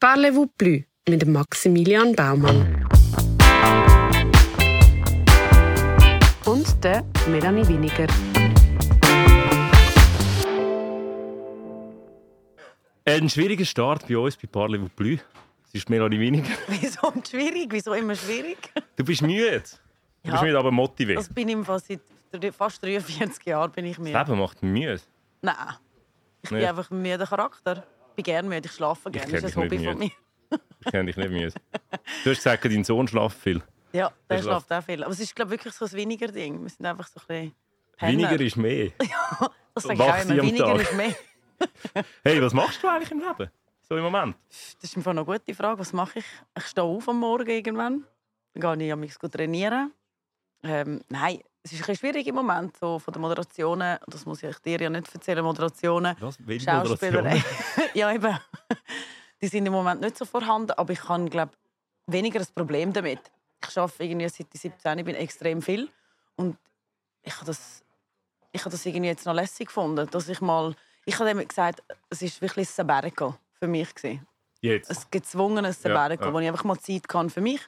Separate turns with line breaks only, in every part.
Parlez-vous plus mit dem Maximilian Baumann. Und der Melanie Winiger.
Ein schwieriger Start bei uns bei Parlez-vous plus. Es ist Melanie Winiger.
Wieso und schwierig? Wieso immer schwierig?
Du bist müde. Du
Ja.
bist müde, aber motiviert.
Das bin ich im Fall seit drei- fast 43 Jahren bin ich
Das
müde.
Leben macht müde.
Nein, ich bin
Nicht?
einfach ein müder Charakter. Ich bin gerne müde, ich schlafe
Ich
gerne.
kenn
Das ist
dich
ein
nicht
Hobby von mir.
müde. Ich kenne dich nicht müde. Du hast gesagt, dein Sohn schläft viel.
Ja, der
Das
schlaft auch viel. Aber es ist glaub, wirklich so ein weniger Ding. Wir sind einfach so ein bisschen Penner.
Weniger ist mehr.
das sag ich auch
Wacht sie
immer.
am
Weniger
Tag.
ist mehr.
Hey, was machst du eigentlich im Leben? So im Moment.
Das ist im Fall eine gute Frage. Was mache ich? Ich stehe auf am Morgen irgendwann. Dann gehe ich am gut trainieren. Ähm, nein, es ist ein bisschen schwierig im Moment so von den Moderationen. Das muss ich dir ja nicht erzählen. Moderationen.
Was? Welche
Schauspieler.
Moderation?
ja, eben. Die sind im Moment nicht so vorhanden, aber ich habe, glaube weniger ein Problem damit. Ich arbeite irgendwie seit ich 17 ich bin extrem viel. Und ich habe das, ich habe das irgendwie jetzt noch lässig gefunden, dass ich mal... Ich habe dem gesagt, es ist wirklich ein Sabbatical für mich. Gewesen.
Jetzt.
Ein gezwungenes
Ja,
Sabbatical,
ja.
wo ich einfach mal Zeit kann für mich.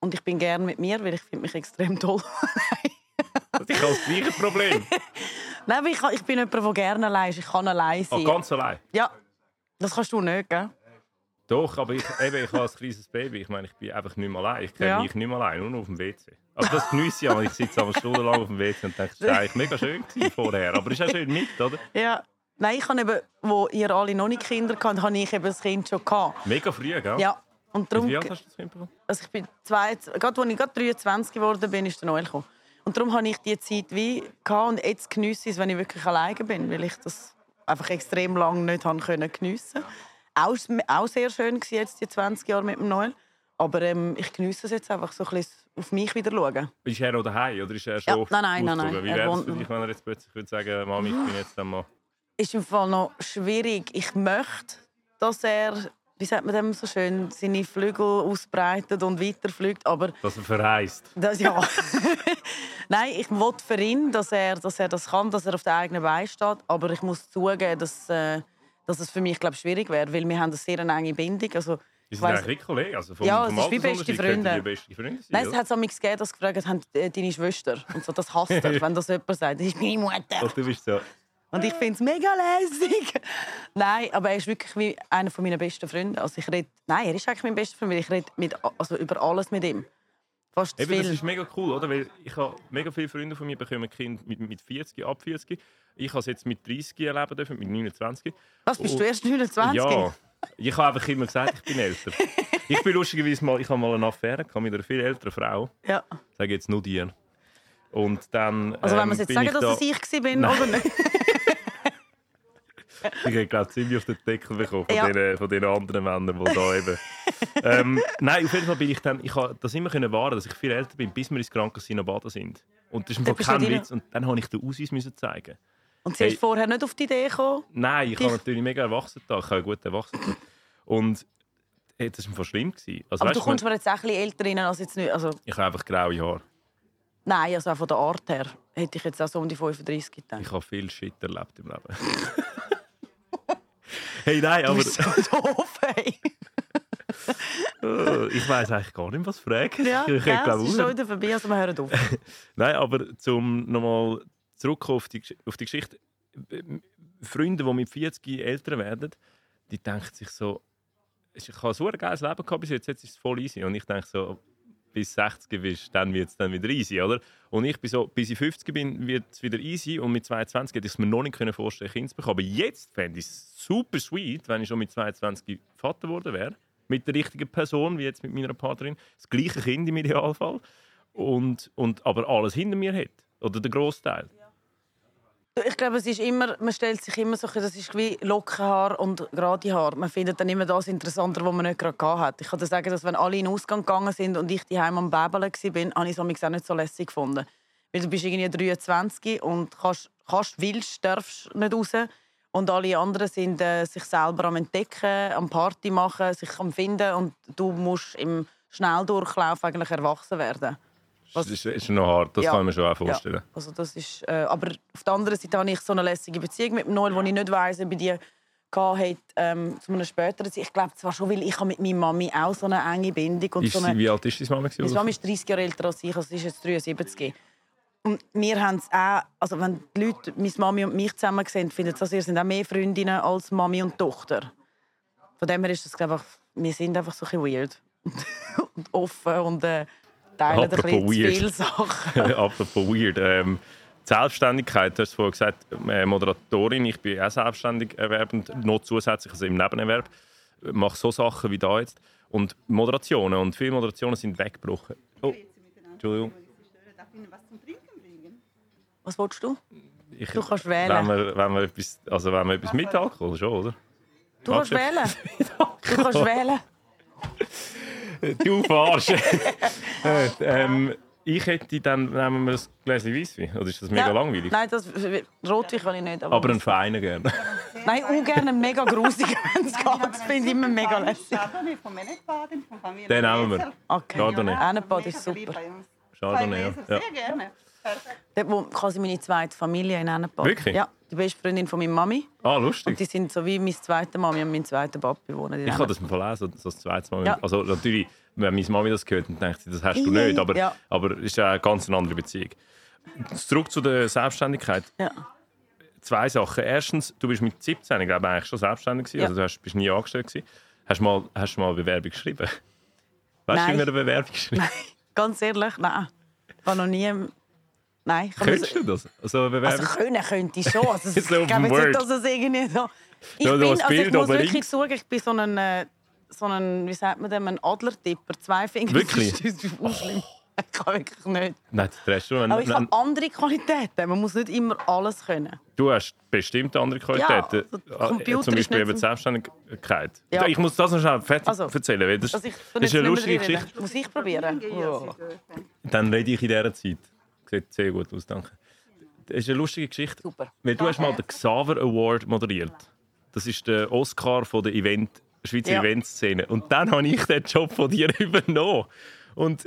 Und ich bin gerne mit mir, weil ich finde mich extrem toll.
Ich habe das gleiche Problem.
Nein, aber ich, ich bin jemand, der gerne allein ist. Ich kann allein sein.
Oh, ganz allein.
Ja, das kannst du nicht, gell?
Doch, aber ich, eben, ich habe ein kleines Baby. Ich meine, ich bin einfach nicht mehr allein. Ich kenne
Ja.
mich nicht mehr allein, nur noch auf dem WC. Aber das geniesse ich auch. Ich sitze aber stundenlang auf dem WC und denke, das war eigentlich mega schön gewesen vorher. Aber es ist auch schön mit, oder?
Ja. Nein, ich habe eben, wo ihr alle noch nicht Kinder hattet, habe ich eben ein Kind schon gehabt.
Mega früh, gell?
Ja. Und darum,
Wie alt hast du das Kind bekommen?
also ich bin zwei, gerade als ich gerade 23 geworden bin, ist der Noel gekommen. Und darum habe ich die Zeit wie gehabt und jetzt geniesse ich es, wenn ich wirklich alleine bin, weil ich das einfach extrem lange nicht habe können geniessen. Auch, auch sehr schön gewesen jetzt die 20 Jahre mit dem Noel. Aber ähm, ich geniesse es jetzt einfach so ein bisschen auf mich wieder schauen.
Ist er noch daheim oder ist er schon
nein, nein, nein,
ausgezogen?
nein,
Wie
er
wäre es
wohnt
für dich,
noch.
wenn er jetzt plötzlich würde sagen, Mami, ich bin jetzt dann mal...
ist im Fall noch schwierig. Ich möchte, dass er, wie sagt man dem so schön, seine Flügel ausbreitet und weiterfliegt, aber
Dass er verreist.
das ja. Nein, ich will für ihn, dass er, dass er das kann, dass er auf den eigenen Beinen steht, aber ich muss zugeben, dass, äh, dass es für mich glaub, schwierig wäre, weil wir haben eine sehr enge Bindung. Also,
Wir
ich
sind
weiss-
eigentlich wie Kollegen. Also vom,
Ja,
vom
es ist wie beste
Altersunterschied könnten
Freunde.
Die beste Freunde sein,
Nein, es
oder?
hat so gegeben, dass sie gefragt haben, äh, deine Schwester. Und so, das hasst er, wenn das jemand sagt. Das ist meine Mutter.
Doch, du bist so...
Und ich finde es mega lässig. nein, aber er ist wirklich wie einer von meiner besten Freunde. Also ich red, nein, er ist eigentlich mein bester Freund, weil ich rede mit, a- also über alles mit ihm. Fast zu
Eben, das
viel.
ist mega cool, oder? Weil ich habe mega viele Freunde von mir bekommen Kind mit, mit 40, ab 40. Ich habe es jetzt mit 30 erleben dürfen, mit 29.
Was, bist
Oh.
du erst 29?
Ja, ich habe einfach immer gesagt, ich bin älter. ich bin lustigerweise mal, ich habe mal eine Affäre gehabt mit einer viel älteren Frau.
Ja.
Ich sage jetzt nur dir. Und dann.
Also wenn
ähm,
wir jetzt
bin
sagen,
ich
dass
da,
es ich war, bin,
Nein.
oder nicht?
Ich habe, glaube ziemlich auf den Deckel bekommen von,
Ja.
diesen, von diesen anderen Männern, die da eben... ähm, nein, auf jeden Fall bin ich dann... Ich habe das immer können wahren, dass ich viel älter bin, bis wir ins Krankenhaus baden sind. Und das ist
Dann
einfach
bist du
kein
ja deine-
Witz. Und dann habe ich den Ausweis müssen zeigen.
Und sie
Hey.
ist vorher nicht auf die Idee gekommen.
Nein, ich
Dich-
habe natürlich mega erwachsen da. Ich habe einen guten Erwachsenen. Und hey, das war schlimm. Gewesen. Also,
Aber
weißt,
du kommst mir jetzt auch ein bisschen älter rein als jetzt nicht. Also,
ich habe einfach graue Haare.
nein, also auch von der Art her hätte ich jetzt auch so um die 35 gedacht.
Ich habe viel Shit erlebt im Leben. hey, nein,
Du
aber...
bist so doof, ey.
Äh, ich weiß eigentlich gar nicht, was fragen.
Ja,
ich
gell,
glaub,
es ist
auch-
schon wieder vorbei, also wir hören auf.
Nein, aber zum nochmal zurückkommen auf die, Gesch- auf die Geschichte. Ähm, Freunde, die mit 40 älter werden, die denken sich so, ich habe so ein geiles Leben gehabt bis jetzt, jetzt ist es voll easy. Und ich denke so, bis 60 bist, dann wird es dann wieder easy, oder? Und ich bin so, bis ich 50 bin, wird es wieder easy und mit 22 hätte ich es mir noch nicht können vorstellen, Kinder zu bekommen. Aber jetzt fände ich es super sweet, wenn ich schon mit 22 Vater geworden wäre, mit der richtigen Person, wie jetzt mit meiner Partnerin, das gleiche Kind im Idealfall und, und aber alles hinter mir hat. Oder der Großteil.
Ich glaube, es ist immer, man stellt sich immer so, ein bisschen- das ist wie Lockenhaar und gerade Haar. Man findet dann immer das interessanter, was man nicht gerade gehabt hat. Ich kann dir sagen, dass wenn alle in den Ausgang gegangen sind und ich daheim am Bäbeln war, bin, habe ich es manchmal auch nicht so lässig gefunden. Weil du bist irgendwie 23 und kannst, kannst willst, darfst nicht raus. Und alle anderen sind äh, sich selber am Entdecken, am Party machen, sich am Finden. Und du musst im Schnelldurchlauf eigentlich erwachsen werden.
Das
Was-
ist, ist noch hart, das
Ja.
kann man schon auch vorstellen.
Ja, also das ist, äh, aber auf der anderen Seite habe ich so eine lässige Beziehung mit dem Noel, wo ich nicht weiss, ob ich die hatte, ähm, zu einem späteren Zeit. Ich glaube zwar schon, weil ich habe mit meiner Mami auch so eine enge Bindung und
Ist
so
sie,
eine...
wie alt ist deine Mama? gewesen,
Meine
oder?
Mami ist 30 Jahre älter als ich, also sie ist jetzt 73. Und wir haben es auch, also wenn die Leute meine Mami und mich zusammen sehen, finden sie, also wir sind auch mehr Freundinnen als Mami und Tochter. Von dem her ist das, glaube ich, wir sind einfach so ein bisschen weird. und offen und äh, teilen ein
Apropos
bisschen zu
weird.
viele Sachen.
Apropos weird. Ähm, die Selbstständigkeit, du hast vorhin gesagt, äh, Moderatorin, ich bin auch selbstständig erwerbend, noch zusätzlich, also im Nebenerwerb, mache so Sachen wie da jetzt. Und Moderationen, und viele Moderationen sind weggebrochen. Oh, Entschuldigung.
Darf ich Ihnen was zum Trinken bringen?
Was willst du?
Ich,
Du kannst
wenn
wählen.
wir, wenn wir etwas, also wenn wir etwas mit Alkohol schon, oder?
Du kannst
Magst
wählen. Du kannst wählen.
Du Arsch! Äh, ähm, ich hätte dann, nehmen wir ein Gläschen Weisswein, oder ist das mega
Nein,
langweilig?
Nein, das Rotwein kann ich nicht. Aber,
Aber einen feinen gerne.
nein, ungern einen mega grusig, wenn es geht. Das finde ich immer mega lässig.
Chardonnay vom Männerbaden, vom
Den nehmen wir.
Okay.
Chardonnay.
Hennepad ist super.
Chardonnay, ne, ja.
Sehr gerne. Perfekt.
Dort wo quasi meine zweite Familie in Hennepad.
Wirklich?
Ja, die beste Freundin von meiner Mami.
Ah, lustig.
Die sind so wie meine zweite Mami und mein zweiter Papi wohnen in
Ich habe
Hennepad.
das mal gelesen, so das zweite Mal.
Ja.
Also natürlich, wenn meine Mami das gehört, dann denkt sie, das hast du
Ei,
nicht. Aber,
ja.
aber es ist ja eine ganz andere Beziehung. Zurück zu der Selbstständigkeit.
Ja.
Zwei Sachen. Erstens, du bist mit 17, glaube ich, eigentlich schon selbstständig gewesen.
Ja.
Also du hast, bist nie angestellt gewesen. Hast du mal, hast du mal eine Bewerbung geschrieben? Weißt du, wie
Nein.
man eine Bewerbung schreibt?
Ganz ehrlich, nein. Ich habe noch nie... Nein. ich habe-
Könntest du das? Also eine Bewerbung?
Also können könnte ich schon. Also, ich
So auf
glaube
dem
jetzt nicht,
Word.
dass es irgendwie so... Ich,
Ja, so
bin,
das
also ich
Bild
muss
oben
wirklich
links.
sagen, ich bin so ein, äh, so ein, wie sagt man dem, ein Adlertipper. Zwei Finger.
Wirklich? Oh.
Das ist schlimm. Ich kann wirklich nicht.
Nein, das drehst du. Wenn,
Aber ich habe
wenn,
andere Qualitäten. Man muss nicht immer alles können.
du hast bestimmt andere Qualitäten.
also
Ah,
Computer
Zum
ist
Beispiel
nicht
eben die Selbstständigkeit.
Ja.
Ich muss das noch schnell fertig
Also,
erzählen. Weil das
Also ich
das ist eine lustige Geschichte.
Muss ich probieren?
Ja,
Oh.
Sie dürfen.
Dann rede ich in dieser Zeit. Sieht sehr gut aus, danke. Das ist eine lustige Geschichte.
Super.
Weil du hast mal den Xaver Award moderiert. Das ist der Oscar von der Event, Schweizer
Ja.
Eventszene. Und dann habe ich den Job von dir übernommen. Und,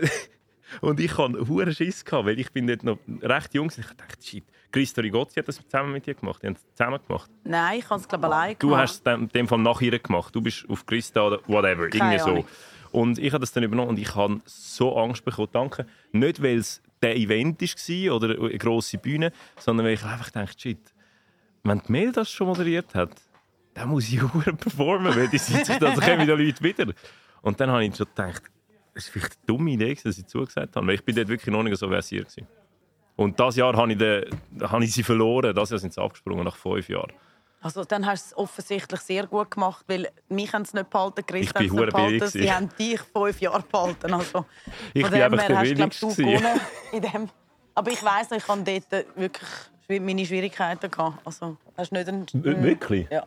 und ich hatte hohen Schiss, gehabt, weil ich bin dort noch recht jung gewesen. Ich dachte, shit, Christo Rigozzi hat das zusammen mit dir gemacht. Die haben es zusammen gemacht.
Nein, ich kann es glaube ich allein
Du hast es dem, dem Fall nach ihr gemacht. Du bist auf Christa oder whatever.
Keine
irgendwie so.
Ahnung.
Und ich habe das dann übernommen und ich habe so Angst bekommen. Danke. Nicht, weil es der Event war oder eine grosse Bühne, sondern weil ich einfach dachte, shit, wenn die Mel das schon moderiert hat, dann muss ich auch performen, weil die sind sich, dann kommen die Leute wieder. Und dann habe ich schon gedacht, das ist vielleicht eine dumme Idee, gewesen, dass ich zugesagt habe, weil ich bin dort wirklich noch nicht so versiert war. Und dieses Jahr habe ich, den, habe ich sie verloren. Dieses Jahr sind sie abgesprungen, nach fünf Jahren.
Also dann hast du es offensichtlich sehr gut gemacht, weil mich haben sie nicht behalten, Chris
Ich
hat
bin
es
hure
nicht behalten,
billig
sie
gewesen.
haben dich fünf Jahre behalten. Also,
Ich
von
bin
dem
einfach
her
der
hast, glaub,
Wenigste
du gewonnen in dem. Aber ich weiss, noch, ich habe dort wirklich schwi- meine Schwierigkeiten gehabt. Also hast nicht einen...
Wirklich?
Ja.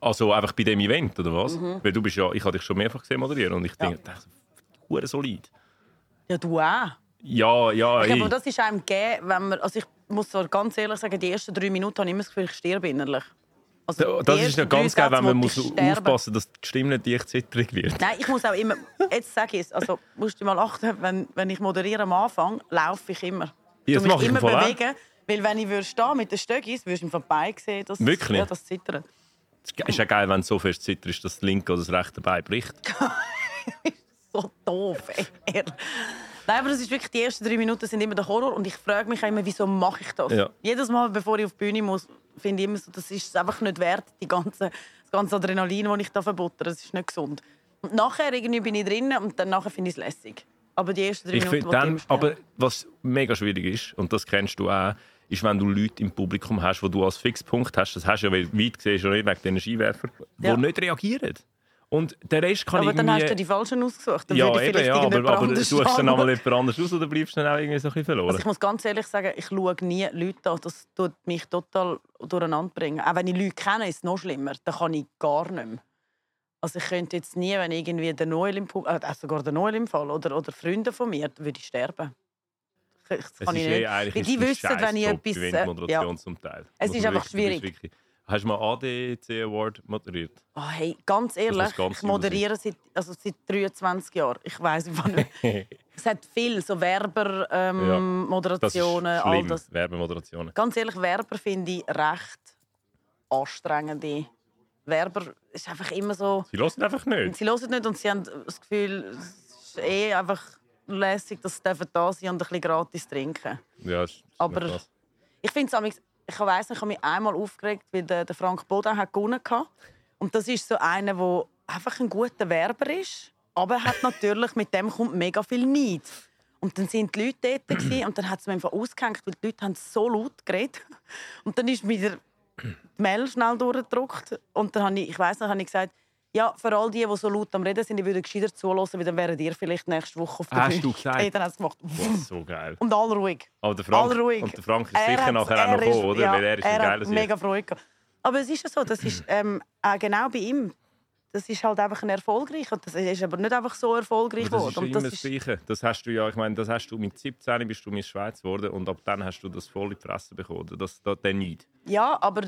Also einfach bei dem Event, oder was? Weil du bist ja, ich habe dich schon mehrfach gesehen moderieren und ich
Mhm. Ja.
denke, dachte, hure solid.
ja, du auch.
Ja, ja,
Ich
hey.
glaube, aber das ist einem gegeben, wenn man... Also ich muss so ganz ehrlich sagen, die ersten drei Minuten habe ich immer das Gefühl, ich sterbe innerlich. Also,
Da-
die
das ist
ersten
ja ganz
drei
geil, wenn man
Sätze
muss
will ich sterben.
aufpassen dass die Stimme nicht dicht zittrig wird.
Nein, ich muss auch immer. Jetzt sage ich es. Also musst du mal achten, wenn, wenn ich moderiere am Anfang, laufe ich immer.
Ja, das
du musst
mache ich im
immer
Fall auch.
bewegen, weil wenn ich würde stehen mit den Stöckis, würdest du im Vorbei sehen, dass
Wirklich?
Ja, das zittert.
Es ist ja geil, wenn du so fest zitterst, dass das linke oder das rechte Bein bricht.
So doof, ey. ehrlich. Nein, aber das ist wirklich die ersten drei Minuten sind immer der Horror und ich frage mich auch immer, wieso mache ich das?
Ja.
Jedes Mal, bevor ich auf die Bühne muss, finde ich immer so, das ist es einfach nicht wert, die ganze, das ganze Adrenalin, das ich da verbutter, das ist nicht gesund. Und nachher irgendwie bin ich drinnen und dann nachher finde ich es lässig. Aber die ersten drei
Ich
Minuten
finde
will ich
dann,
immer sterben.
aber was mega schwierig ist, und das kennst du auch, ist, wenn du Leute im Publikum hast, die du als Fixpunkt hast, das hast du ja weil weit gesehen schon nicht wegen den Skiwerfer, die
Ja.
nicht reagieren. Und der Rest kann
Aber
irgendwie...
dann hast du die falschen ausgesucht. Dann
ja,
würde ich
eben,
vielleicht
ja, aber,
irgendjemand
aber du
anders
suchst dann
haben.
einmal jemand anders aus oder bleibst dann auch irgendwie so ein bisschen verloren.
Also ich muss ganz ehrlich sagen, ich schaue nie Leute an. Das tut mich total durcheinander bringen. Auch wenn ich Leute kenne, ist es noch schlimmer. Dann kann ich gar nicht mehr. Also ich könnte jetzt nie, wenn irgendwie der Noel im Pub- äh, sogar der Noel im Fall oder, oder Freunde von mir, dann würde ich sterben. Ich- Das
Es
kann Also ich
ist eh
nicht.
eigentlich
Weil
ist
die
das
wissen,
scheiss
wenn ich
Job,
etwas,
die
äh,
Eventmoderation
ja.
zum Teil.
Es
Muss
ist
man wirklich- du bist
einfach schwierig.
wirklich- Hast du mal ADC Award moderiert?
Oh, hey, ganz ehrlich,
ganz
ich moderiere seit, also seit 23 Jahren. Ich weiß nicht. es hat viel, so Werber, ähm,
Ja,
Moderationen, all das.
Werbemoderation.
Ganz ehrlich, Werber finde ich recht anstrengende Werber. Es ist einfach immer so.
Sie hören einfach nicht.
Sie hören nicht und sie haben das Gefühl, es ist eh einfach lässig, dass sie da sein dürfen und ein bisschen gratis trinken.
Ja, ist, ist nicht
Aber-
krass.
Ich finde es ich weiss, nicht, ich habe mich einmal aufgeregt, weil der, der Frank Boden hat gewonnen hat. Und das ist so einer, der einfach ein guter Werber ist, aber er hat natürlich mit dem kommt mega viel Neid. Und dann sind die Leute dort gewesen, und dann hat es mir einfach ausgehängt, weil die Leute haben so laut geredet. Und dann ist wieder die Mail schnell durchgedruckt und dann habe ich, ich weiss noch, habe ich gesagt, ja, für all die, die so laut am Reden sind, ich würde gescheiter zuhören, weil dann wären ihr vielleicht nächste Woche auf der
Hast du gesagt?
Hey, dann hat es gemacht.
Boah, so geil.
Und alle ruhig.
Aber der
Alle
Frank,
ruhig.
und der Frank ist sicher
hat-
nachher auch noch
er ist-
gekommen, oder?
ja,
Weil er ist ein
hat
geiles
mega Freude gehabt. Aber es ist ja so, das ist ähm, auch genau bei ihm. Das ist halt einfach ein erfolgreich. Und das ist aber nicht einfach so erfolgreich
Aber das ist
geworden.
immer
Und um das
das
ist,
Gleiche. Das hast du ja, ich meine, das hast du mit 17 bist du in die Schweiz geworden und ab dann hast du das voll in die Fresse bekommen. oder? Das, das, dann nicht.
ja, aber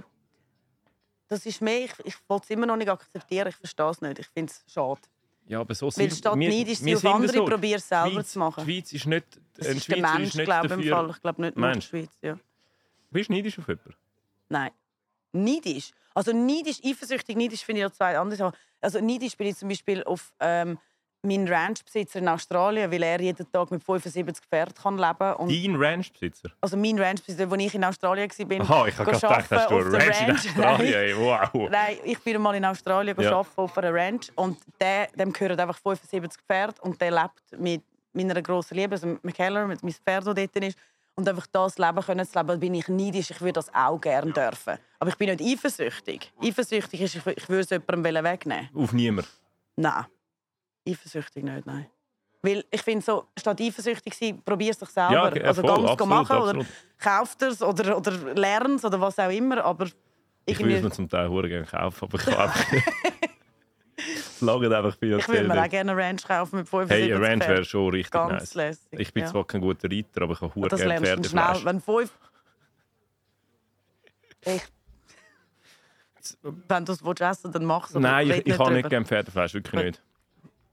das ist mehr. Ich, ich wollte es immer noch nicht akzeptieren. Ich verstehe es nicht. Ich finde es schade.
Ja, aber so
Weil statt neidisch zu sein auf
sind
andere,
so.
probier es selber
Schweiz-
zu machen.
Die Schweiz ist nicht.
Es
ein
ist der
Schweizer
Mensch,
ist nicht
glaube ich, im
dafür.
Fall. Ich glaube nicht nur die
Mensch.
Schweiz. Ja.
Bist du neidisch auf jemanden?
Nein. Neidisch. Also neidisch, eifersüchtig, neidisch finde ich ja zwei andere Sachen. Also neidisch bin ich zum Beispiel auf ähm, meinen Ranchbesitzer in Australien, weil er jeden Tag mit 75 Pferden kann leben und
Dein Ranchbesitzer.
Also mein Ranchbesitzer, als ich in Australien war.
Aha, ich habe
go
gerade gedacht, hast du
arbeiten
einen
auf der
Ranch in Australien.
Nein.
ey, Wow.
Nein, ich bin mal in Australien
Ja.
ja. auf einer Ranch und der, dem gehören einfach 75 Pferde und der lebt mit meiner grossen Liebe, also mit McKellar, mit meinem Pferd, der dort ist. Und einfach das Leben können zu leben, bin ich neidisch, ich würde das auch gerne dürfen. Aber ich bin nicht eifersüchtig. Eifersüchtig ist, ich, wü- ich würde es jemandem wollen wegnehmen
Auf niemanden.
Nein, eifersüchtig nicht, nein. Weil ich finde so, statt eifersüchtig zu sein, probier es doch selber.
Ja, ge- ja,
also
voll,
ganz
absolut,
machen
absolut.
oder kauft es oder, oder lernt es oder was auch immer, aber
Ich würde es
irgendwie...
mir zum Teil hure gerne kaufen, aber ich kann einfach nicht. Es langt einfach
Ich würde
finanziell
mir auch
nicht.
gerne einen Ranch kaufen mit 75
Hey, ein Ranch wäre
Pferden.
schon richtig
Ganz
nice.
lässig,
Ich bin
ja.
zwar kein guter Reiter, aber ich habe hure
Das
gerne
lernst du
Pferdefleisch.
schnell, wenn fünf... Ich, wenn du es willst essen, dann mach es. aber
Nein, ich,
red
ich kann nicht
drüber.
gerne Pferdefleisch, wirklich
Gut.
nicht.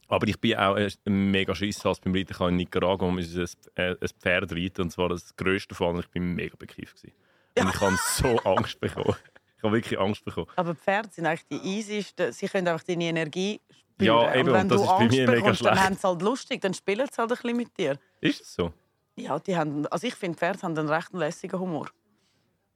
Aber ich bin auch ein mega Schisshass beim Reiten. Ich habe in Nicaragua ein, äh, ein Pferd reiten, und zwar das grösste von allen. Ich bin mega bekifft. gewesen. Und ich habe so Angst bekommen. Ich habe wirklich Angst bekommen.
Aber Pferde sind eigentlich die easiesten. Sie können einfach deine Energie spüren.
Ja, eben,
und wenn
und das
du
ist bei
Angst
mir mega
bekommst, dann
schlecht.
haben sie halt lustig, dann spielen sie halt ein bisschen mit dir.
Ist es so?
Ja, die haben, also ich finde, Pferde haben einen recht lässigen Humor.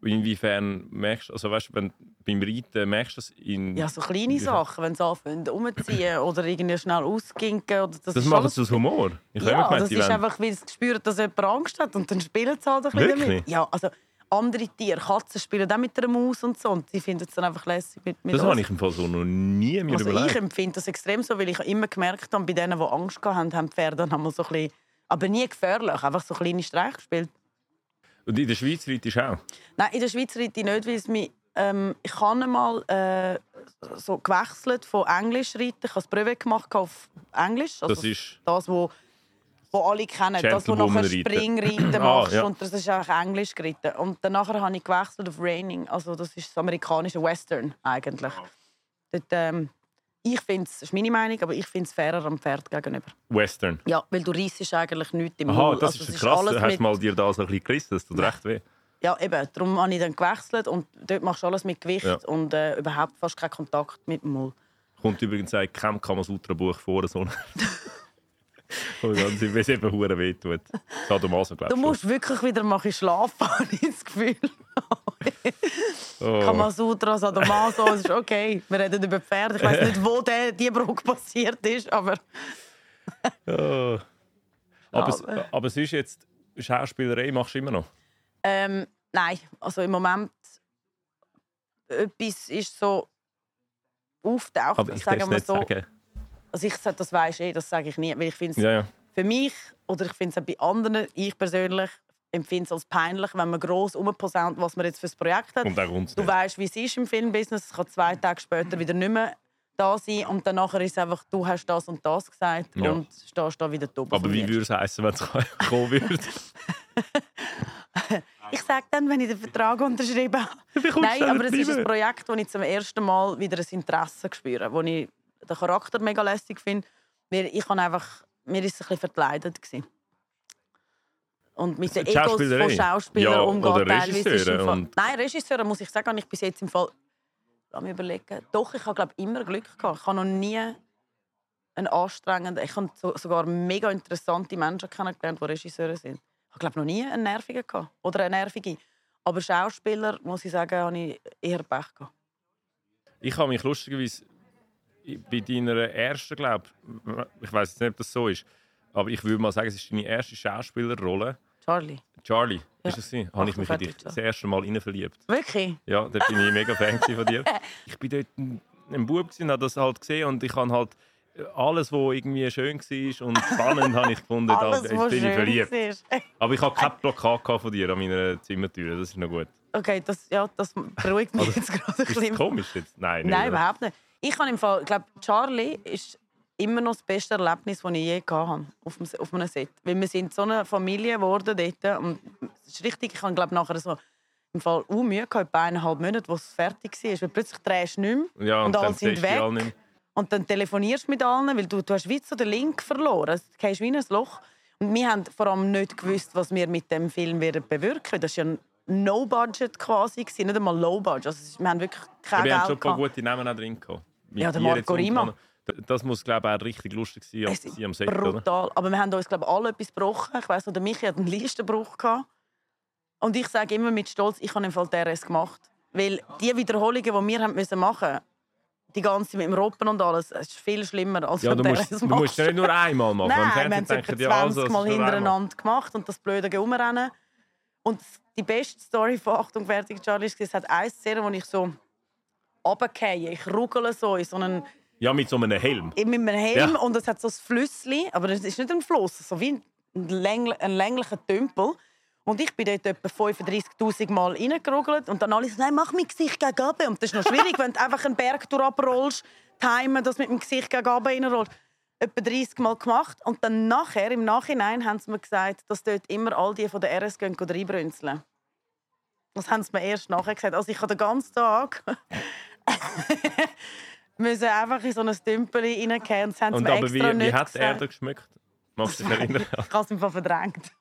Inwiefern merkst du, also weißt, du, wenn, beim Reiten merkst du das in...
Ja, so kleine
Inwiefern?
Sachen, wenn sie anfangen rumzuziehen oder irgendwie schnell ausginken. Oder das
Das
ist
machen
alles-
sie aus Humor. Ich habe immer
Ja,
gemeint,
das
die
ist
wollen-
einfach, weil sie spüren, dass jemand Angst hat und dann spielen sie halt ein bisschen
Wirklich?
damit. Ja, also andere Tiere, Katzen spielen auch mit der Maus und so und sie finden es dann einfach lässig mit, mit
das
uns.
habe ich im Fall so noch nie mir
also ich
überlegt.
empfinde das extrem so, weil ich immer gemerkt habe, bei denen, die Angst hatten, haben die Pferde dann einmal so ein bisschen, aber nie gefährlich, einfach so kleine Streiche gespielt.
Und in der Schweiz reitest du auch.
Nein, in der Schweiz reite ich nicht, weil es mich... Ähm, ich habe mal äh, so gewechselt von Englisch reiten. Ich habe das Brevet gemacht auf Englisch. Also
Das ist-
das, wo, wo alle kennen. Das, wo nachher
Gentlewoman-Reiten.
Springreiten
Ah,
machst.
ja.
Und das ist auch Englisch geritten. Und danach habe ich gewechselt auf Raining. Also das ist das amerikanische Western eigentlich. Dort, ähm, ich finde es, das ist meine Meinung, aber ich finde es fairer am Pferd gegenüber.
Western.
Ja, weil du reissest eigentlich nichts im
Aha,
Maul.
das
Also
ist
es
krass.
alles
Hast
mit-
du mal dir das noch ein bisschen gerissen? Das tut recht weh.
ja, eben. Darum habe ich dann gewechselt und dort machst du alles mit Gewicht
Ja.
und äh, überhaupt fast keinen Kontakt mit dem Mull.
Kommt übrigens auch in keinem Kamasutra-Buch vor, so eine- Und dann sind wir eben hure wehtut. Sadomaso, glaube
Du musst wirklich wieder mal ein bisschen schlafen, habe ich das Gefühl.
Oh.
Kamasutra, Sadomaso, es ist okay. Wir reden über Pferde. Ich weiß nicht, wo der, die Brücke passiert ist, aber
Oh. Aber, s- aber sonst jetzt, Schauspielerei machst du immer noch.
ähm, nein. Also im Moment etwas ist so auftaucht,
Aber ich darf
sagen
es
wir
nicht
so.
sagen.
Also ich sag, das weiß eh, das sage ich nie, weil ich finde es
Ja, ja.
für mich oder ich finde es auch bei anderen, ich persönlich empfinde es als peinlich, wenn man gross rumposaunt, was man jetzt für ein Projekt hat.
Und auch uns
Du
nicht.
weißt, wie es ist im Filmbusiness. Es kann zwei Tage später wieder nicht mehr da sein und dann nachher ist es einfach, du hast das und das gesagt
Ja.
und stehst da wieder dumm.
Aber wie würde es heißen, wenn es kommen würde?
Ich sage dann, wenn ich den Vertrag unterschrieben habe.
kommst
Nein,
du
aber es
nicht
ist ein
bleiben?
Projekt, wo ich zum ersten Mal wieder ein Interesse spüre, wo ich den Charakter mega lässig finde. Weil ich habe einfach, mir ist es ein bisschen verkleidet gewesen. Und mit den
Die
Egos
Schauspielerei?
von Schauspielern
Ja,
umgeht
oder
teilweise. ist im
Regisseure
Fall,
und-
nein, Regisseure muss ich sagen, habe ich bis jetzt im Fall Lass mich überlegen. Doch, ich habe glaube immer Glück gehabt. Ich habe noch nie einen anstrengenden... Ich habe so, sogar mega interessante Menschen kennengelernt, die Regisseure sind. Ich habe glaube noch nie einen nervigen gehabt. Oder eine nervige. Aber Schauspieler, muss ich sagen, habe ich eher Pech gehabt.
Ich habe mich lustigerweise bei deiner ersten, glaube ich, ich weiß nicht, ob das so ist, aber ich würde mal sagen, es ist deine erste Schauspielerrolle.
Charlie.
Charlie,
Ja.
ist das sie? Habe ich mich in dich
Fertig, ja.
das erste Mal rein verliebt.
Wirklich?
Ja, da bin ich mega Fan gewesen von dir. Ich bin dort ein, ein Bub gewesen, habe das halt gesehen und ich habe halt alles, was irgendwie schön war und spannend, habe ich gefunden. Da-
Alles,
jetzt
was
bin ich verliebt.
schön war.
Aber ich habe kein Plakat gehabt von dir an meiner Zimmertür, das ist noch gut.
Okay, das, ja, das beruhigt mich jetzt gerade ein
Also, Ist das
bisschen.
komisch jetzt? Nein, nicht,
Nein,
oder?
überhaupt nicht. Ich habe im Fall, glaube Charlie ist immer noch das beste Erlebnis, das ich je gehabt habe auf, dem, auf einem Set. Weil wir sind so eine Familie geworden dort äh, und es ist richtig, ich habe glaube nachher so im Fall auch Mühe gehabt, bei eineinhalb Monaten, wo es fertig war. Weil plötzlich drehst du nicht mehr.
Ja, und
Und alle
dann
sind
siehst du die
weg.
alle nicht mehr.
Und dann telefonierst du mit allen, weil du, du hast wie so den Link verloren. Also, Du gehst wie in ein Loch. Und wir haben vor allem nicht gewusst, was wir mit dem Film werden bewirken. Das war ja ein No-Budget quasi, gewesen, nicht einmal Low-Budget. Also, es ist- wir haben wirklich
Wir
kein Geld
haben schon ein paar
gehabt.
gute Namen auch drin gehabt. Mit
Ja, der
dir
Marco
jetzt unter
Rima.
anderem. D- Das muss, glaube ich, auch richtig lustig sein
Es
als
ist
sie am Set, oder?
brutal. Aber wir haben uns, glaube ich, alle etwas gebrochen. Ich weiss noch, der Michi hat einen Leistenbruch. Gehabt. Und ich sage immer mit Stolz, ich habe im Fall DRS gemacht. Weil die Wiederholungen, die wir haben müssen machen die ganze mit dem Roppen und alles, es ist viel schlimmer als
Ja,
wenn
du musst,
DRS
du
machst.
musst ja nicht nur einmal machen. Im
Nein, wir haben
Fernsehen
es etwa
denken
20
die, also, das
Mal
ist nur einmal.
hintereinander gemacht und das blöde Umrennen. Und das- die beste Story von Achtung, fertig, Charlie, war, es hat eine Szene, wo ich so runtergehe. Ich ruckele so in so einen
Ja, mit so einem Helm.
mit einem Helm
Ja.
und es hat so ein Flüssli, aber es ist nicht ein Fluss, so wie ein, längl ein länglicher Tümpel. Und ich bin dort etwa 35'000 Mal reingerugelt und dann alle so, «Nein, mach mein Gesicht gegen runter. Und das ist noch schwierig, wenn du einfach einen Berg durchabrollst, timen, das mit dem Gesicht gegen runter reinrollst. Etwa 30 Mal gemacht und dann nachher, im Nachhinein, haben sie mir gesagt, dass dort immer all die von der RS gehen gehen reinbrünzeln. Das haben sie mir erst nachher gesagt. Also ich habe den ganzen Tag müssen einfach in so ein Tümpel reingehen und das haben sie
Und
mir
aber wie,
extra
wie
nicht
hat er
gesagt.
da geschmeckt? Magst du dich erinnern?
Ich habe es im Fall verdrängt.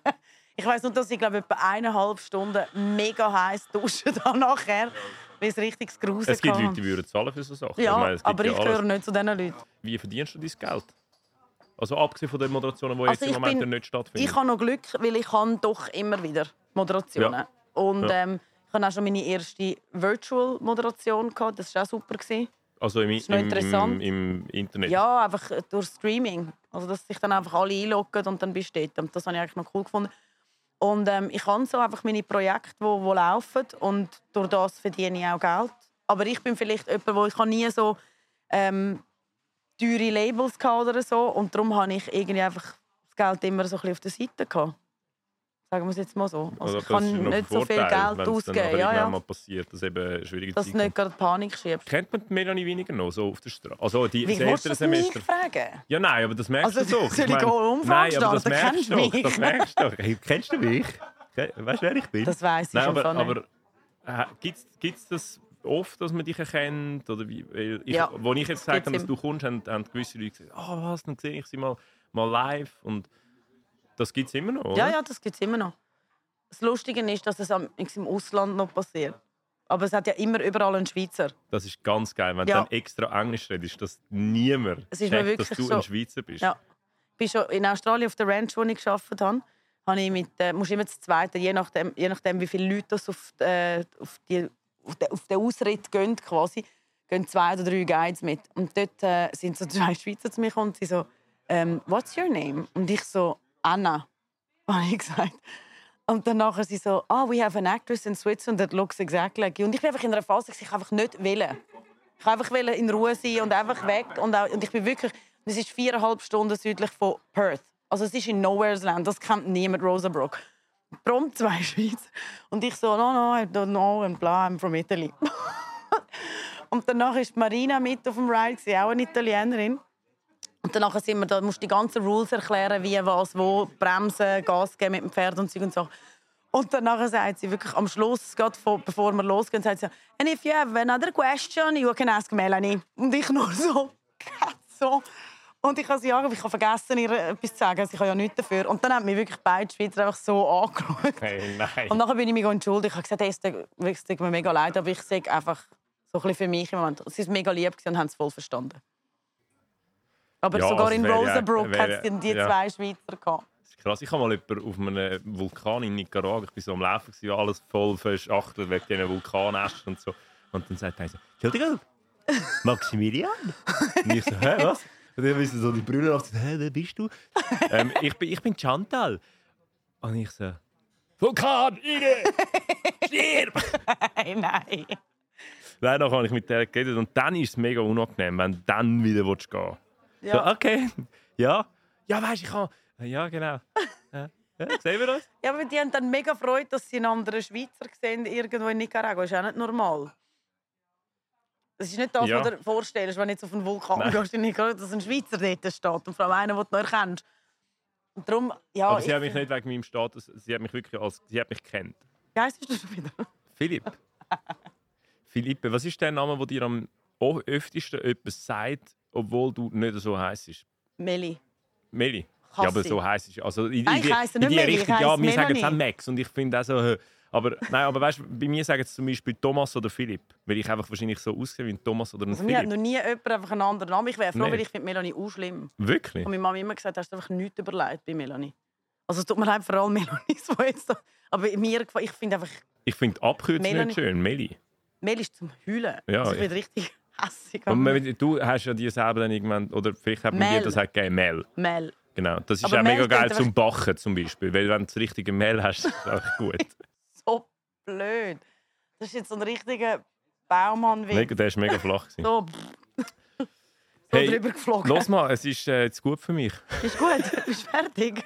ich weiß nur, dass ich glaube etwa eineinhalb Stunden mega heiß duschen dann nachher, weil es richtig das Grusen
Es gibt
hatte.
Leute, die würden zahlen für so Sachen.
Ja,
Ich meine, es gibt
aber
ja
ich
alles.
gehöre nicht zu diesen Leuten.
Wie verdienst du dein Geld? Also abgesehen von den Moderationen, die
Also
jetzt
ich
im Moment
bin-
nicht stattfinden.
Ich habe noch Glück, weil ich habe doch immer wieder Moderationen.
Ja.
Und
Ja.
Ähm, ich habe auch schon meine erste Virtual-Moderation gehabt. Das war auch super. Gewesen.
also im,
noch
im, im,
interessant.
im Internet.
Ja, einfach äh, durch Streaming. Also, dass sich dann einfach alle einloggen und dann bist du dort. Und das habe ich eigentlich noch cool gefunden. Und ähm, ich habe so einfach meine Projekte, die wo laufen und durch das verdiene ich auch Geld. Aber ich bin vielleicht jemand, wo ich habe nie so ähm, teure Labels hatte oder so und darum habe ich irgendwie einfach das Geld immer so ein bisschen auf der Seite gehabt. Sagen wir es jetzt mal so. Also,
das
ich
ist
kann
noch ein
nicht so viel
Vorteil,
Geld
wenn es dann
ausgeben.
nachher
Ja,
irgendwann
ja.
mal passiert, dass eben schwierige
Dass
Zeiten
du nicht gerade Panik schiebst.
Kennt man die Melanie weniger noch so auf der Straße? Also die
Wie
das
willst
ältere
du das mich
Semester.
fragen?
Ja, nein, aber das merkst
Also,
du doch.
soll ich
meine,
auch eine Umfrage
Nein, aber das
starten?
merkst
Kennst
du
du
doch.
mich?
Das merkst du doch. Hey, Kennst du mich? Ke- Weißt du, wer ich bin?
Das weiss ich
nein,
im
aber,
Fall nicht.
aber äh, gibt es das oft, dass man dich erkennt? Oder wie, weil ich,
Ja.
Wo ich jetzt gesagt
Gibt's
habe, dass
im-
du kommst, haben, haben gewisse Leute gesagt, «Ah, was, dann sehe ich sie mal, mal live. Und das gibt es immer noch, oder?
Ja, ja, das gibt es immer noch. Das Lustige ist, dass es am- im Ausland noch passiert. Aber es hat ja immer überall einen Schweizer.
Das ist ganz geil, wenn
Ja.
du dann extra Englisch redest, dass niemand
Es ist mir
checkt, dass
wirklich
du
so-
ein Schweizer bist.
Ja. Ich bin schon in Australien auf der Ranch, wo ich gearbeitet habe. habe ich mit, äh, musst immer zu zweiten, je nachdem, je nachdem, wie viele Leute das auf, die, äh, auf, die, auf, den, auf den Ausritt gehen, quasi, gehen zwei oder drei Guides mit. Und dort äh, sind so zwei Schweizer zu mir gekommen und sie so, ähm, «What's your name?» Und ich so, «Anna», habe ich gesagt. Und dann nachher sie so, «Ah, we have an actress in Switzerland that looks exactly like you.» Und ich bin einfach in einer Phase, ich einfach nicht wollen. Ich wollte einfach wollte in Ruhe sein und einfach weg. Und, auch, und ich bin wirklich. Es ist viereinhalb Stunden südlich von Perth. Also, es ist in Nowhere's Land. Das kennt niemand, Rosenbrock. Prompt zwei Schweizer. Und ich so, no, no, I don't know, and bla, I'm from Italy. und danach ist Marina mit auf dem Ride, gewesen, auch eine Italienerin. Und danach sind wir da, musst die ganzen Rules erklären, wie, was, wo, bremsen, Gas geben mit dem Pferd und so und so. Und danach sagt sie wirklich am Schluss, gerade vor, bevor wir losgehen, sagt sie, «And if you have another question, you can ask Melanie.» Und ich nur so, so. Und ich habe sie angerufen, ich habe vergessen, ihr etwas zu sagen, sie kann ja nichts dafür. Und dann haben mich wirklich beide Schweizer einfach so angeschaut.
Hey, nein.
Und nachher bin ich mich entschuldigt. Ich habe gesagt, hey, es tut- wirklich, es tut mir mega leid, aber ich sehe einfach So ein bisschen für mich im Moment. Sie ist mega lieb gewesen und haben es voll verstanden. Aber
Ja,
sogar
also
in
wäre ja-
Rosenbrook
wäre-
hat es dann die
ja.
zwei Schweizer gehabt.
Das ist krass. Ich habe mal jemanden auf einem Vulkan in Nicaragua, ich bin so am Laufen, gewesen, alles voll verschachtelt wegen diesen Vulkanästen und so. Und dann sagt er so, Entschuldigung, Maximilian? Und ich so, hä, was? Und dann wissen so die Brüder auf, hä, wer bist du? ähm, ich, bin, ich bin Chantal. Und ich so, Vulkan, rein! Stirb!
Nein, nein.
Nein, dann habe ich mit der geredet und dann ist es mega unangenehm, wenn du dann wieder willst gehen willst. So,
Ja.
okay, ja, ja, weißt du, ich kann. Ja, genau. Ja, ja, sehen wir das?
ja, aber die haben dann mega Freude, dass sie einen anderen Schweizer sehen, irgendwo in Nicaragua. ist auch nicht normal. Das ist nicht das,
Ja.
was du dir vorstellst, wenn du jetzt auf einen Vulkan
Nein.
gehst in Nicaragua, dass ein Schweizer dort steht und vor allem einer, den du noch erkennst. Und darum, ja,
Aber sie
ich-
hat mich nicht wegen meinem Status, sie hat mich wirklich als, sie hat mich kennt.
Geist ist das schon wieder.
Philipp. Philippe, was ist der Name, der dir am o- öftesten etwas sagt, obwohl du nicht so heiß bist?
Meli.
Meli.
Kassi.
Ja, aber so heiß ist also in,
Nein, ich
in die-
heisse
in
nicht
die
Meli, ich
Richtung. Ja,
heisse
wir sagen es auch
Melanie.
Max und ich finde auch so. äh, Aber nein, aber weißt, du, bei mir sagen es zum Beispiel Thomas oder Philipp, weil ich einfach wahrscheinlich so aussehe wie ein Thomas oder ein
Also, mir hat
Philipp.
noch nie jemand einfach einen anderen Namen. Ich wäre froh,
Nein.
weil ich finde Melanie auch schlimm.
Wirklich?
Und meine Mama hat immer gesagt, hast du einfach nichts überlegt bei Melanie. Also es tut mir leid, vor allem Melanie, so jetzt da. Aber mir, gefällt- ich finde einfach,
Ich finde die Abkürzung
Melanie.
nicht schön, Meli.
Mel ist zum Heulen.
Ja,
also ich
ich-
bin richtig hässig.
Und man- du hast ja die selber dann irgendwann, oder vielleicht hat man dir
Mel.
das auch gegeben, Mel.
Mel.
Genau, das ist
Aber
auch
Mehl
mega geil
klingt
zum Backen zum Beispiel, weil wenn du das richtige Mehl hast, ist es auch gut.
So blöd. Das ist jetzt so ein richtiger baumann
mega, der ist mega flach. gewesen.
So, pff, so
Hey,
drüber geflogen.
Los mal, es ist äh, jetzt gut für mich,
Ist gut, bist fertig.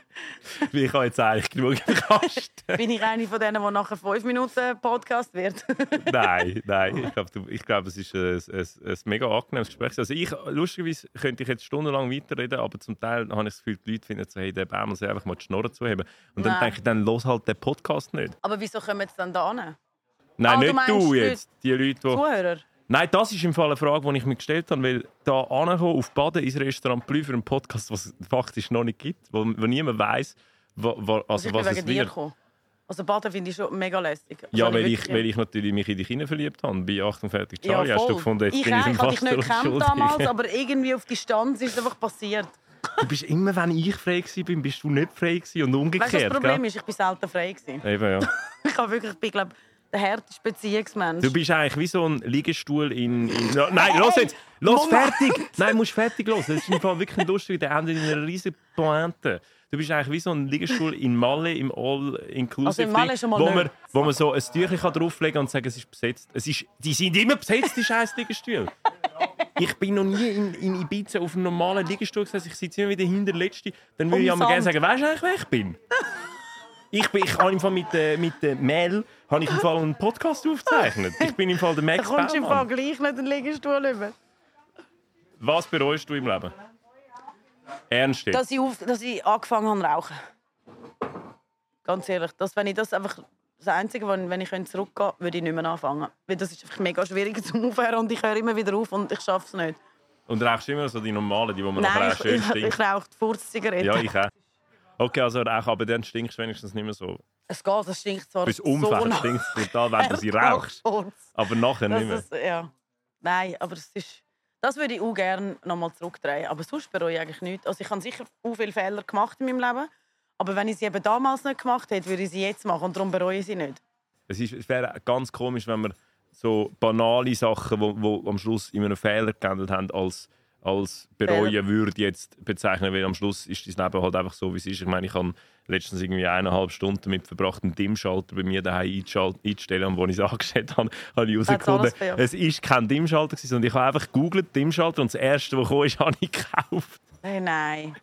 weil ich habe jetzt eigentlich genug im Kasten.
Bin ich eine von denen, die nachher fünf Minuten Podcast wird?
nein, nein, ich glaube, du- ich glaube, es ist ein, ein, ein mega angenehmes Gespräch. Also ich, lustigerweise könnte ich jetzt stundenlang weiterreden, aber zum Teil habe ich das Gefühl, die Leute finden so, hey, der Baum soll einfach mal die Schnorren zuheben. Und dann
Nein.
denke ich, dann los halt den Podcast nicht.
Aber wieso kommen jetzt dann da hin?
Nein,
Ah, du
nicht du,
meinst für-
jetzt, die Leute, die...
Zuhörer?
Nein, das ist im Fall eine Frage, die ich mir gestellt habe, weil da ankommen auf Baden ins Restaurant Plü für einen Podcast, was es faktisch noch nicht gibt, wo, wo niemand weiß, wo, wo, also
Also ich
was
bin
es
wegen dir
wird.
gekommen. Also Baden finde ich schon mega lässig.
Ja,
Also
weil ich,
wirklich-
weil ich natürlich mich in dich hinein verliebt habe. Bei 48
Ja,
Charlie hast du
voll.
gefunden, jetzt
ich
bin ich
auch,
im
ich habe dich nicht
Wasser
gekannt damals, aber irgendwie auf Distanz ist es einfach passiert.
Du bist immer, wenn ich frei war, bin, bist du nicht frei gewesen und umgekehrt.
Weißt du, was das Problem
gell?
ist? Ich bin selten frei. Gewesen.
Eben, ja.
Ich habe wirklich, ich bin, glaube der härteste Beziehungsmensch.
Du bist eigentlich wie so ein Liegestuhl in. in no, nein, los jetzt! Los,
Moment!
fertig! Nein, musst fertig los. Das ist im Fall wirklich lustig, der endet in einer riesigen Pointe. Du bist eigentlich wie so ein Liegestuhl in Malle, im All-Inclusive.
Also in Malle schon mal
wo
nicht.
man, wo man so ein Tüchchen kann drauflegen kann und sagen, es ist besetzt. Es ist, die sind immer besetzt, die scheiß Liegestuhl. Ich bin noch nie in, in Ibiza auf einem normalen Liegestuhl gesessen. Ich sitze immer wieder hinter der Letzte. Dann würde ich
Um
immer gerne
Sand.
sagen, weißt du eigentlich, wer ich bin? Ich bin, ich habe im Fall mit, äh, mit äh, Mel habe ich im Fall einen Podcast aufgezeichnet. Ich bin im Fall der
da
Max
kommst du im Fall
Baumann.
gleich nicht den Liegestuhl über.
Was bereust du im Leben? Ernst jetzt?
Dass ich, auf, dass ich angefangen habe zu rauchen. Ganz ehrlich, dass, wenn ich das einfach... Das Einzige, wenn wenn ich könnte zurückgehen könnte, würde ich nicht mehr anfangen. Weil das ist einfach mega schwierig zum Aufhören und ich höre immer wieder auf und ich schaffe es nicht.
Und rauchst du immer so die normalen, die wo man nachher
Nein,
auch
ich,
schön
ich,
stinkt?
ich rauche die Furz-Zigarette.
ja, ich auch. Okay, also rauch, aber dann stinkst du wenigstens nicht mehr so.
Es geht, das stinkt zwar
Bis
so
Umfeld
nach
stinkt es brutal, wenn du sie rauchst.
Furz.
Aber nachher
Das
nicht mehr.
ist, ja. Nein, aber es ist... Das würde ich auch gerne nochmal zurückdrehen. Aber sonst bereue ich eigentlich nichts. Also ich habe sicher auch viele Fehler gemacht in meinem Leben. Aber wenn ich sie eben damals nicht gemacht hätte, würde ich sie jetzt machen. Und darum bereue ich sie nicht.
Es, ist, es wäre ganz komisch, wenn wir so banale Sachen, die wo, wo am Schluss in einem Fehler geändert haben, als, als bereuen
Fehler.
würde jetzt bezeichnen, weil am Schluss ist dein Leben halt einfach so, wie es ist. Ich meine, ich habe letztens irgendwie eineinhalb Stunden damit verbracht, einen DIM-Schalter bei mir daheim einzuschal- einzustellen und wo ich es angestellt habe, habe ich herausgefunden,
alles fair.
es ist kein DIM-Schalter gewesen, sondern ich habe einfach gegoogelt, DIM-Schalter und das Erste, was kam, ist, habe ich gekauft.
Hey, Äh, nein.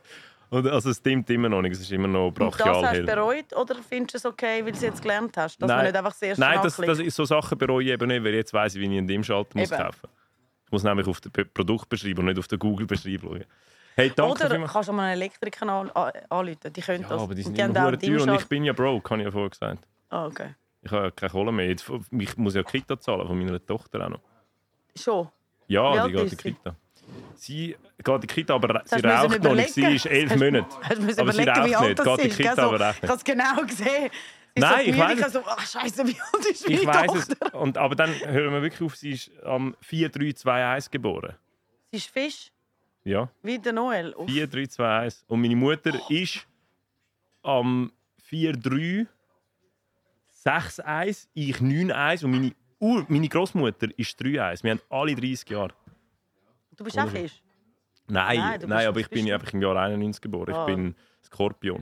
Und, also es dimmt immer noch nicht, es ist immer noch
Und das
brachial
hast du
hell.
bereut oder findest du es okay, weil du es jetzt gelernt hast? Dass man nicht einfach das erste
Nein,
Mal
das,
klickt?
das ist, so Sachen bereue ich eben nicht, weil jetzt weiss ich, wie ich einen Dimmschalter muss
Eben.
kaufen muss. Ich muss nämlich auf den P- Produktbeschreiber und nicht auf den Google-Beschreiber schauen. Hey, danke
Oder
vielmals.
kannst du mal einen Elektriker an- an- anrufen? Die können
Ja,
das.
aber die sind
haben
immer
auch
hure teuer und ich
Dimmschalt-
bin ja broke, habe ich ja vorher gesagt.
Ah, okay.
Ich habe ja keine Kohle mehr. Jetzt, ich muss ja Kita zahlen von meiner Tochter auch noch.
Schon. Wie
Ja,
alt
die geht in
ist
die
sie?
Kita. Sie geht in die Kita, aber sie
Hast du müssen
raucht noch nicht. Sie
überlegen?
ist elf
Hast-
Monate.
Hast du müssen
Aber sie
überlegen, wie
raucht nicht.
alt das
Geht in
ist?
die Kita,
gell? So,
aber raucht
ich
nicht.
habe es genau gesehen.
Nein,
so
ich
müde,
weiss
So, ach, Scheiße, wie alt ist
Ich
meine
weiß es.
Tochter?
Und, aber dann hören wir wirklich auf, sie ist am 4321 geboren.
Sie ist Fisch,
Ja,
wie der Noel. Uff.
4321. Und meine Mutter ist am 4361, ich 91 und meine, Ur meine Großmutter ist 31. Wir haben alle 30 Jahre.
Du bist auch Fisch.
Nein,
Nein,
nein,
du bist-
aber ich
bist
bin
du-
einfach im Jahr 91 geboren.
Ah.
Ich bin Skorpion.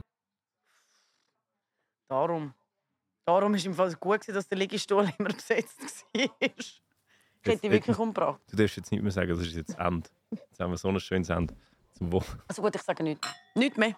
Darum. Darum war es im Fall gut, gewesen, dass der Liegestuhl immer besetzt war. Ich hätte dich wirklich um? umgebracht.
Du darfst jetzt nicht mehr sagen, das ist jetzt End. Jetzt haben wir so ein schönes End. Zum Wohl.
Also gut, ich sage nichts. Nichts mehr.